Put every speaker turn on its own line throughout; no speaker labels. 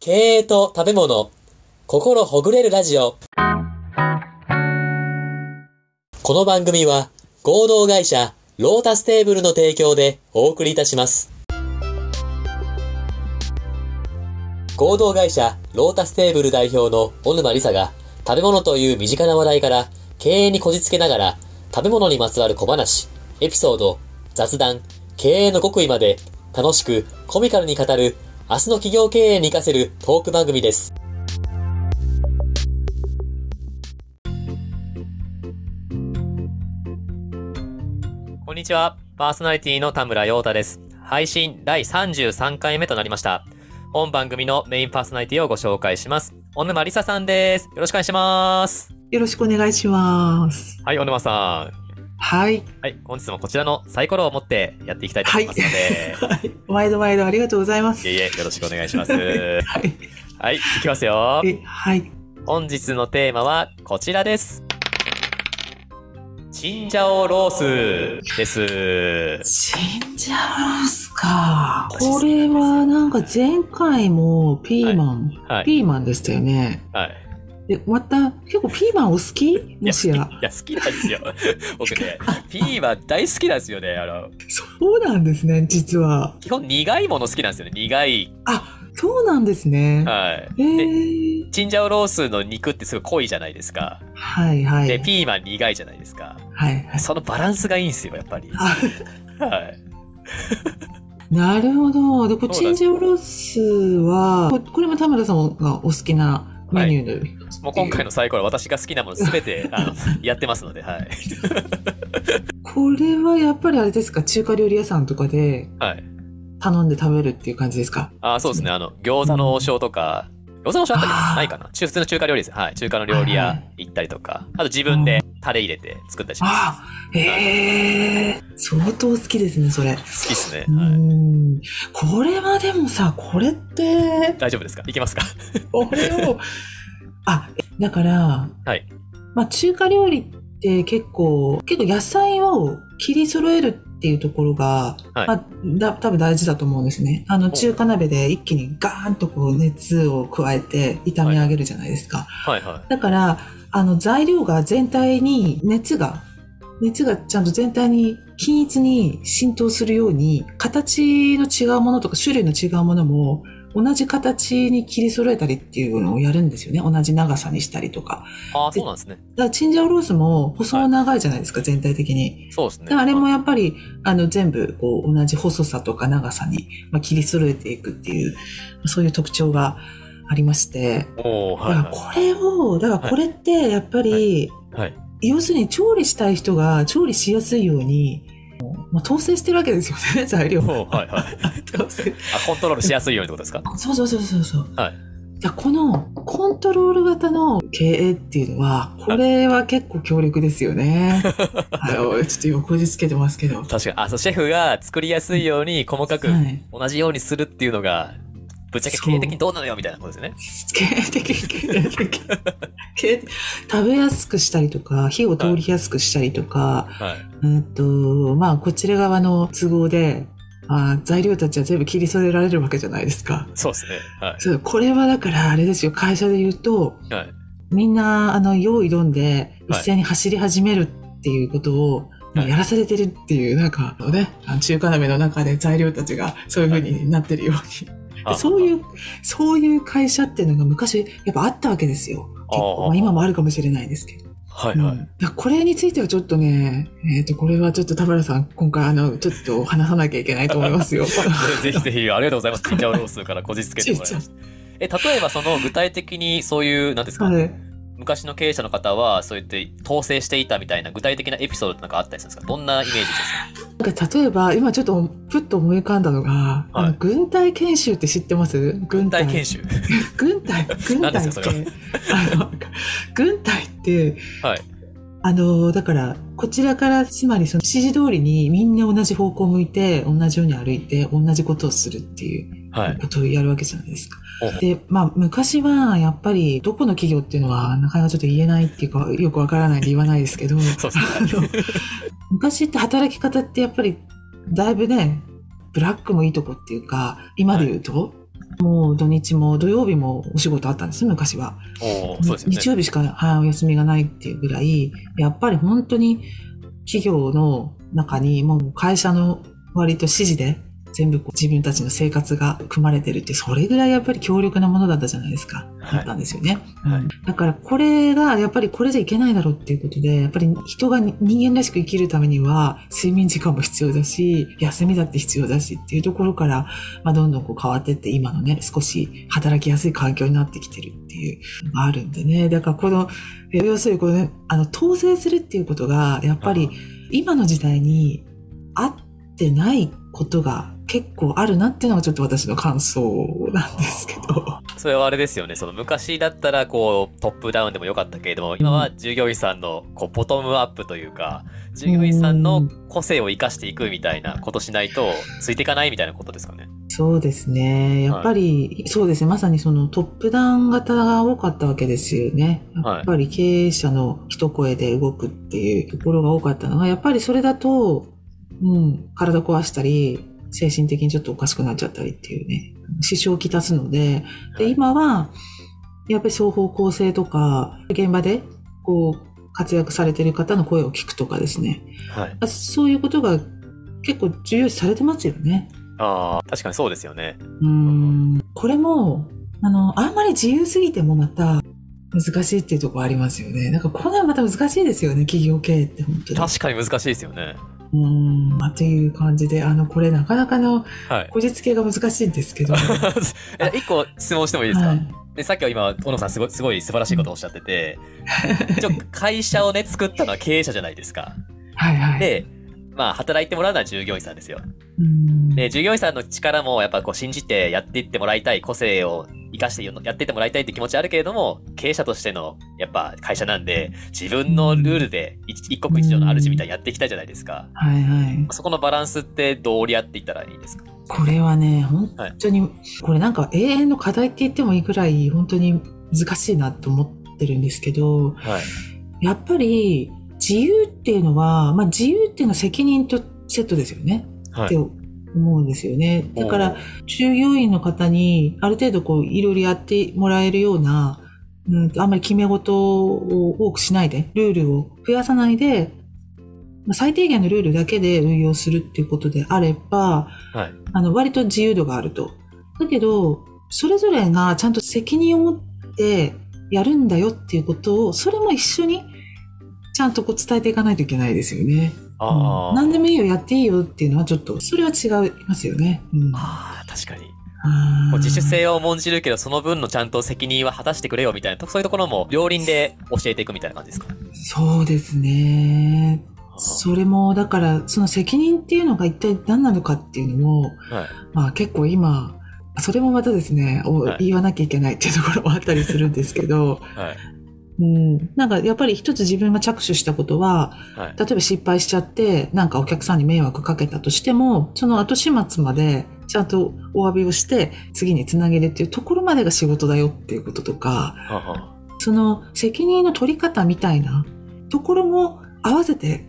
経営と食べ物、心ほぐれるラジオ。この番組は、合同会社、ロータステーブルの提供でお送りいたします。合同会社、ロータステーブル代表の小沼理沙が、食べ物という身近な話題から、経営にこじつけながら、食べ物にまつわる小話、エピソード、雑談、経営の極意まで、楽しく、コミカルに語る、明日の企業経営に活かせるトーク番組です。こんにちは。パーソナリティの田村陽太です。配信第33回目となりました。本番組のメインパーソナリティをご紹介します。小沼りささんです。よろしくお願いします。
よろしくお願いします。
はい、小沼さ
はい。
ん。はい、本日もこちらのサイコロを持ってやっていきたいと思いますので、
ワイドワイドありがとうございます。
い、えいえ、よろしくお願いし ます。は
はい。
い、いきますよ。
え、はい。
本日のテーマはこちらです。チンジャオロースです。
チンジャースか。これはなんか前回もピーマン、
はい。
ピーマンでしたよね。
はい。
で、また、結構ピーマンお好き
いや
もしや
好き。いや、好きなんですよ。 僕ね、ピーマン大好きなんですよね。あの、
そうなんですね、実は。
基本苦いもの好きなんですよね。苦い。
あ、そうなんですね。
はい。
え
で、
ー、
チンジャオロースの肉ってすごい濃いじゃないですか。
はいは
で、
い。
ピーマン苦いじゃないですか。
はいはい。
そのバランスがいいんですよ、やっぱり。は
あ
い。
なるほど。で、これ
そう
チ
なん
ン
です
ジャオロースは、ここれも田村さんがお好きなメニューの一つってい
もう今回のサイコロ、私が好きなものすべ て、あの、やってますので、はい。
これはやっぱりあれですか中華料理屋さんとかで
はい。
頼んで食べるっていう感じですか
あーそうですね。あの、餃子の王将とか、餃子の王将あった
あ
り
ー
ないかな中普通の中華料理です。はい。中華の料理
はいは
屋
い
行ったりとか、あと自分でタレ入れて作ったりしま
ああへえ相当好きですねそれ、
す。好きですね。
う
はい。
んこれはでもさこれって
大丈夫ですかいけますか
これ をあだから、
はい
まあ、中華料理って結構結構野菜を切り揃えるっていうところが、
はい
まあ、だ多分大事だと思うんですねあの中華鍋で一気にガーンとこう熱を加えて炒め上げるじゃないですか、
はいはい。
だからあの材料が全体に熱が熱がちゃんと全体に均一に浸透するように形の違うものとか種類の違うものも同じ形に切り揃えたりっていうのをやるんですよね同じ長さにしたりとか
ああ、そうなんですね。
だからチンジャオロースも細長いじゃないですか、全体的に
そうですね。
であれもやっぱりあの全部こう同じ細さとか長さに、まあ、切り揃えていくっていうそういう特徴がありまして
おおはい
だから
は
これを、だからこれってやっぱり、
い。はい。
要するに調理したい人が調理しやすいように、まあ、統制してるわけですよね、 材料
お
を。
ーはいはい。
統制
あ、コントロールしやすいようにってことですか
そうそうそうそうそう。
はい
だからこのコントロール型の経営っていうのは、これは結構強力ですよね。あのちょっと横につけてますけど。は
確かに。あ、そう、シェフが作りやすいように細かく
い。
同じようにするっていうのが、ぶっちゃけ経営的にどうなのよみたいなことですね。
経営的経営的経営食べやすくしたりとか、火を通りやすくしたりとか、
はい。
うんと、まあ、こちら側の都合で、あー材料たちは全部切り揃えられるわけじゃないですか。
そうですね。はい。
そう、これはだからあれですよ、会社で言うと、
はい。
みんな、あの、用意どんで、一
はい
斉に走り始めるっていうことを、もう
はい。
やらされてるっていう、なんか、あのね、あの中華鍋の中で材料たちがそういうふうになってるように。でそういうう、そういう会社っていうのが昔、やっぱあったわけですよ。
あ
結構
ー、
まあ、今もあるかもしれないですけど。
はいは
う
い。
んだからこれについてはちょっとね、えっ、と、これはちょっと田村さん、今回、あの、ちょっと話さなきゃいけないと思います よ。
ぜひぜひ、ありがとうございます。チンジャオロースからこじつけてもらいました。え、例えばその具体的にそういう、なんですか、
はい。
昔の経営者の方は、そうやって統制していたみたいな具体的なエピソードってなんかあったりするんですかどんなイメージです
なんか例えば、今ちょっと、ぷっと思い浮かんだのが、あの軍隊研修って知ってます軍
軍隊
隊
研修
軍隊、軍
何で
隊
す
っ
か
て、あの、軍隊って、
はい。
あの、だから、こちらから、つまりその指示通りにみんな同じ方向を向いて、同じように歩いて、同じことをするっていう。
はい。
ことをやるわけじゃないですか
お。
で、まあ、昔はやっぱりどこの企業っていうのはなかなかちょっと言えないっていうか、よくわからないんで言わないですけ ど、
そうですね。
昔って働き方ってやっぱりだいぶね、ブラックもいいとこっていうか、今で言うと、もう土日も土曜日もお仕事あったんですね昔は。
おーそうですよね。
日曜日しか、はい、お休みがないっていうぐらい、やっぱり本当に企業の中に、もう会社の割と指示で全部こう自分たちの生活が組まれてるって、それぐらいやっぱり強力なものだったじゃないですか。
はい
だったんですよね。
はい
うんだからこれがやっぱりこれじゃいけないだろうっていうことで、やっぱり人がに人間らしく生きるためには睡眠時間も必要だし、休みだって必要だしっていうところから、まあ、どんどんこう変わってって今のね、少し働きやすい環境になってきてるっていうのがあるんでね。だからこの、え要するにこの、ね、あの、統制するっていうことが、やっぱり今の時代に合ってないことが結構あるなっていうのがちょっと私の感想なんですけど。
それはあれですよね。その昔だったらこうトップダウンでも良かったけれども、今は従業員さんのこうボトムアップというか、従業員さんの個性を生かしていくみたいなことしないとついていかないみたいなことですかね。
そうですね。やっぱり、そうですね。まさにそのトップダウン型が多かったわけですよね。
はい
やっぱり経営者の一声で動くっていうところが多かったのが、やっぱりそれだと、うん、体壊したり、精神的にちょっとおかしくなっちゃったりっていうね、支障をきたすので、
は
で、
い
今は、やっぱり双方向性とか、現場で、こう、活躍されてる方の声を聞くとかですね。
はい。
あそういうことが結構重要視されてますよね。
ああ、確かにそうですよね。
うーんこれも、あの、あんまり自由すぎてもまた難しいっていうところありますよね。なんかこの辺また難しいですよね、企業経営って本当に。
確かに難しいですよね。
うーん、まあっていう感じで、あの、これなかなかの
はい。
こじつけが難しいんですけど。は
え一個質問してもいい
い
ですか、でさっきは今、小野さんすごい、すごい素晴らしいことをおっしゃって て、一応会社をね、作ったのは経営者じゃないですか。
はいはい。
で、まあ、働いてもらうのは従業員さんですよ。
うーん、
で、従業員さんの力も、やっぱこう、信じてやっていってもらいたい、個性を生かしてやっていってもらいたいって気持ちあるけれども、経営者としての、やっぱ会社なんで、自分のルールで一一国一城の主みたいにやっていきたいじゃないですか。
はいはい。
そこのバランスってどう折り合っていったらいいですか
これはね、本当に、これなんか永遠の課題って言ってもいいくらい本当に難しいなと思ってるんですけど、
はい。
やっぱり自由っていうのは、まあ、自由っていうのは責任とセットですよね、
はい
って思うんですよね。だから、従業員の方にある程度こういろいろやってもらえるような、うん、あんまり決め事を多くしないで、ルールを増やさないで、まあ最低限のルールだけで運用するっていうことであれば、
はい
あの割と自由度があると。だけど、それぞれがちゃんと責任を持ってやるんだよっていうことを、それも一緒にちゃんとこう伝えていかないといけないですよね。
あ
う
ー
ん何でもいいよ、やっていいよっていうのはちょっと、それは違いますよね。うん
あー、確かに。
あー
こう自主性を重んじるけど、その分のちゃんと責任は果たしてくれよみたいな、そういうところも両輪で教えていくみたいな感じですか
そうですね。それも、だから、その責任っていうのが一体何なのかっていうのも、
はい。
まあ結構今、それもまたですね、お
はい
言わなきゃいけないっていうところもあったりするんですけど、
はい。
うん、なんかやっぱり一つ自分が着手したことは、
はい。
例えば失敗しちゃって、なんかお客さんに迷惑かけたとしても、その後始末までちゃんとお詫びをして、次につなげるっていうところまでが仕事だよっていうこととか、
はは
その責任の取り方みたいなところも合わせて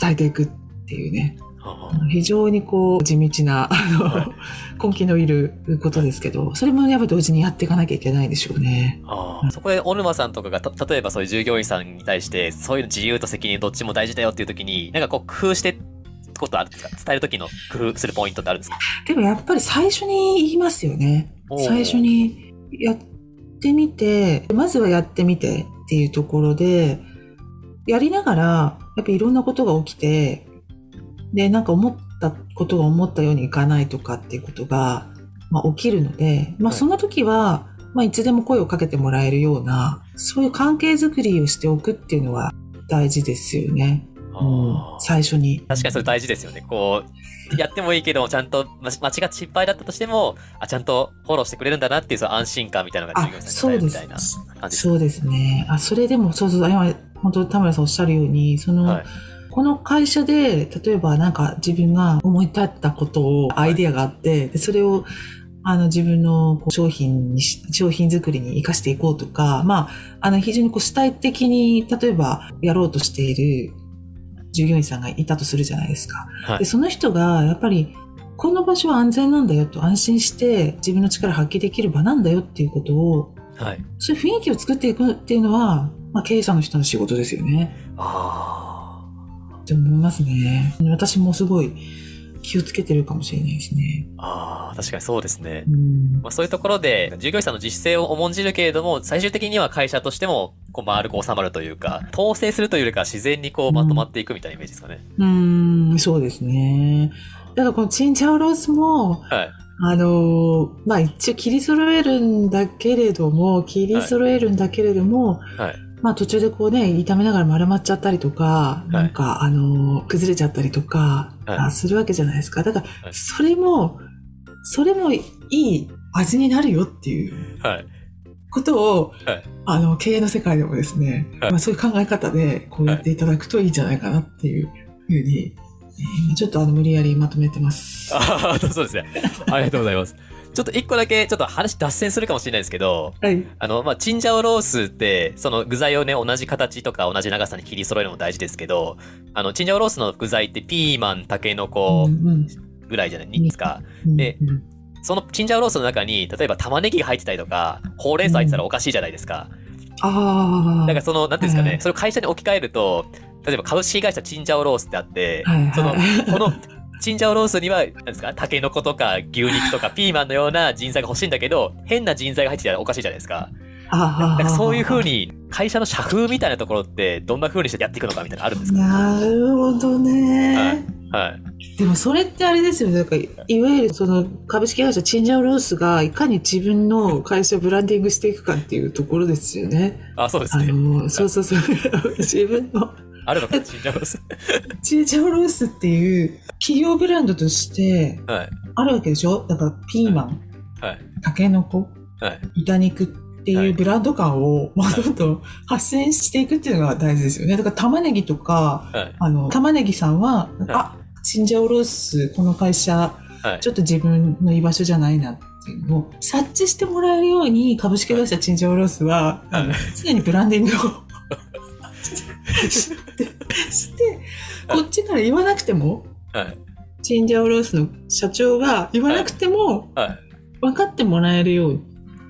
伝えていくっていうね、
はは
非常にこう地道な、あの、根気のいることですけど、それもやっぱ同時にやっていかなきゃいけないでしょうね。
ああそこで小沼さんとかがた例えばそういう従業員さんに対してそういう自由と責任どっちも大事だよっていう時になんかこう工夫してことあるんですか伝える時の工夫するポイントってあるんですか
でもやっぱり最初に言いますよね
お。ー
最初にやってみて、まずはやってみてっていうところで、やりながら、やっぱいろんなことが起きて、で、なんか思ったことが思ったようにいかないとかっていうことが、まあ、起きるので、まあ、
はい
その時は、まあ、いつでも声をかけてもらえるような、そういう関係づくりをしておくっていうのは大事ですよね。うん
あー
最初に。
確かにそれ大事ですよねこうやってもいいけどちゃんとま間違って失敗だったとしてもあちゃんとフォローしてくれるんだなっていうその安心感みたいなのが従業員さんに与えるみたいな
あそ
感じです
そうですね。あ、それでも、そうそう、あ今、本当田村さんおっしゃるように、その、
はい
この会社で、例えばなんか自分が思い立ったことを、アイデアがあって、でそれを、あの自分のこう商品にし、商品作りに活かしていこうとか、まあ、あの非常にこう主体的に、例えばやろうとしている従業員さんがいたとするじゃないですか。
はい
でその人がやっぱりこの場所は安全なんだよと安心して自分の力発揮できる場なんだよっていうことを
はい。
そういう雰囲気を作っていくっていうのは、まあ、経営者の人の仕事ですよね
あ
って思いますね私もすごい気をつけてるかもしれないですね
あ。ああ、確かにそうですね。
うん
まあ、そういうところで、従業員さんの自主性を重んじるけれども、最終的には会社としても、こう、丸く収まるというか、統制するというよりか、自然にこう、まとまっていくみたいなイメージですかね。
うんそうですねだからこのチンジャオロースも
はい。
あのーまあ一応切り揃えるんだけれども切り揃えるんだけれども、
はい。
まあ途中でこうね炒めながら丸まっちゃったりとか、
い
なんかあのー崩れちゃったりとか、
はい
あするわけじゃないですかだから
はい
それもそれもいい味になるよっていう
はい。
ことを、
はい
あの経営の世界でもですね、
はい
まあ、そういう考え方でこうやっていただくといいんじゃないかなっていうふうに、えーちょっとあの無理やりまとめてます。
ああ、そうですね。ありがとうございます。ちょっと一個だけ、ちょっと話脱線するかもしれないですけど、
はい
あの、まあ、チンジャオロースって、その具材をね、同じ形とか同じ長さに切り揃えるのも大事ですけど、あの、チンジャオロースの具材ってピーマン、タケノコ
うんうん
ぐらいじゃないですか。で
うんうん
そのチンジャオロースの中に、例えば玉ねぎが入ってたりとか、ほうれん草入ってたらおかしいじゃないですか。
ああ。
だからその、なんていうんですか
は
ね
い、
それを会社に置き換えると、例えば株式会社チンジャオロースってあって
はいはい、
その、この、チンジャオロースには、なんですか、タケノコとか牛肉 とかピーマンのような人材が欲しいんだけど、変な人材が入ってたらおかしいじゃないですか。
あ
なん
ー
かそういう風に、会社の社風みたいなところって、どんな風にしてやっていくのかみたいなのあるんですか
なるほどね、
はいはい。
でもそれってあれですよね。なんかいいわゆるその株式会社チンジャオロースがいかに自分の会社をブランディングしていくかっていうところですよね。
あ、そうです
あ
ね。
の、そうそうそう。自分の
あるのかな、チンジャオロース。
チンジャオロースっていう企業ブランドとして
はい。
あるわけでしょだからピーマン、
はい。
タケノコ、
はい。
豚肉って
はいいう
ブランド感をもっともっと発信していくっていうのが大事ですよね。だから玉ねぎとか、
はい。
あの玉ねぎさんは、あチンジャオロースこの会社
はい
ち。ょっと自分の居場所じゃないなっていうのを察知してもらえるように株式会社チンジャオロースは、
はい
あの常にブランディング をしてしてこっちから言わなくても
はい。
チンジャオロースの社長が言わなくても
はい。
分かってもらえるように。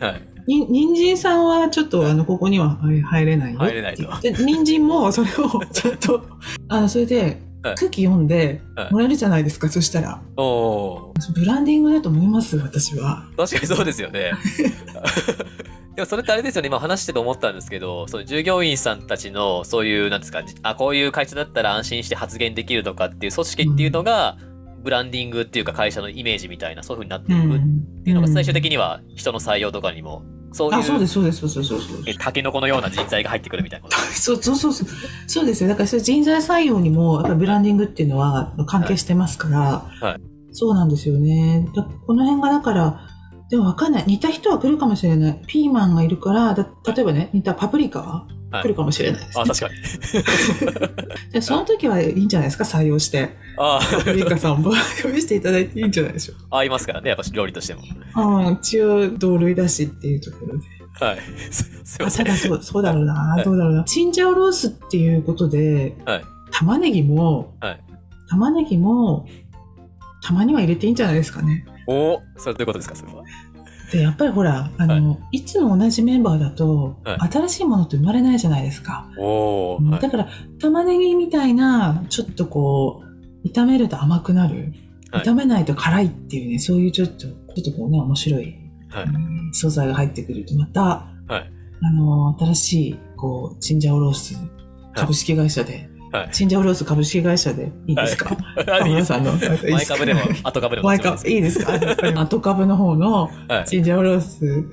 はい。
に人参さんはちょっとあのここには入入れないよ
入れないと
で人参もそれ をちゃんとあのそれで
はい
空気読んで
はい
もらえるじゃないですか、そしたら
おー。
ブランディングだと思います私は
確かにそうですよね。 でもそれってあれですよね、今話してて思ったんですけど、その従業員さんたちのそういう、なんですか、あ、こういう会社だったら安心して発言できるとかっていう組織っていうのが、ブランディングっていうか会社のイメージみたいな、そういう風になっていくっていうのが最終的
に、
には人の採用とかにも、そう
うんあそう
い
で
う、
すそうですそうですそうです
えタケノコのような人材が入ってくるみたいな こと。
そうそうそうそうそうですよだからそういう人材採用にもやっぱりブランディングっていうのは関係してますから、
はい
そうなんですよねだこの辺がだからでも分かんない似た人は来るかもしれないピーマンがいるからだ例えばね似たパプリカは
はい
来るかもしれないです、
あ、確かに。
でその時はいいんじゃないですか採用して
あ
パプリカさんも 用意していただいていいんじゃないでしょう
あ、合いますからね、やっぱ料理としても。
かうん一応同類だしっていうとこ ろで
はい。すすいま
あ
せ
た
ん。
だそうそうだろうな、
はい
どうだろうなチンジャオロースっていうことで
はい。
玉ねぎも、
はい
玉ねぎもたまには入れていいんじゃないですかね。
おーそれどういうことですか、それは。
でやっぱりほらあの、い、つも同じメンバーだと、
は
新しいものって生まれないじゃないですか、
おーは
だから玉ねぎみたいなちょっとこう炒めると甘くなる、
はい
炒めないと辛いっていうねそういうちょっとちょっとこうね面白い、
はい
うん素材が入ってくるとまた、
はい
あの新しいこうチンジャオロース株式会社で、
はい
チンジャオロース株式会社でいいですか、
い。いいです
あ皆さんの
前株でも、後株でも。
前株いいですか 後株の方の
はい。
チンジャオロース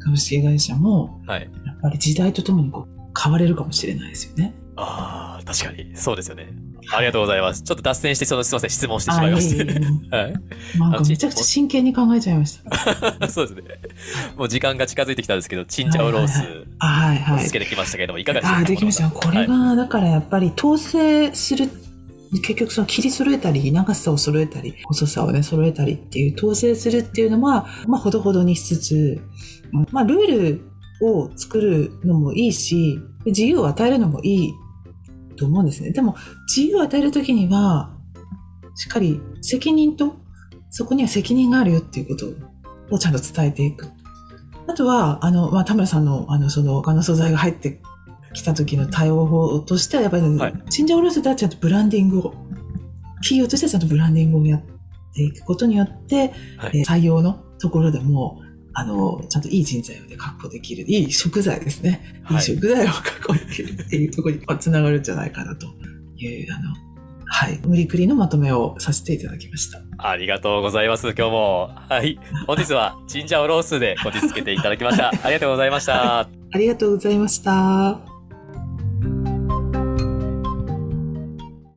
株式会社も
はい。
やっぱり時代とともにこう変われるかもしれないですよね。
ああ、確かに。そうですよね。ありがとうございます。ちょっと脱線して、その、すみません、質問してしまいまし
あいえい
て。
えも
はい。
うなんかめちゃくちゃ真剣に考えちゃいまし た。
そうですね。もう時間が近づいてきたんですけど、チンジャオロース
は、あはいはい
続。けてきましたけれども、いかがでしょう
あ
か
できました。これが、
はい
だからやっぱり統制する結局その切り揃えたり長さを揃えたり細さをね揃えたりっていう統制するっていうのはまあほどほどにしつつ、うんまあ、ルールを作るのもいいし自由を与えるのもいいと思うんですねでも自由を与える時にはしっかり責任とそこには責任があるよっていうことをちゃんと伝えていく。あとは、あの、まあ、田村さんの、あの、その、他の素材が入ってきた時の対応法としては、やっぱり、
はい
チンジャオロースではちゃんとブランディングを、企業としてはちゃんとブランディングをやっていくことによって、
はい
えー採用のところでも、あの、ちゃんといい人材を、ね、確保できる、いい食材ですね。いい
はい。
食材を確保できるっていうところにつながるんじゃないかなという、あの、はい、無理くりのまとめをさせていただきました。
ありがとうございます。今日も。はい。本日は、チンジャオロースでこじつけていただきました。ありがとうございました。
ありがとうございました。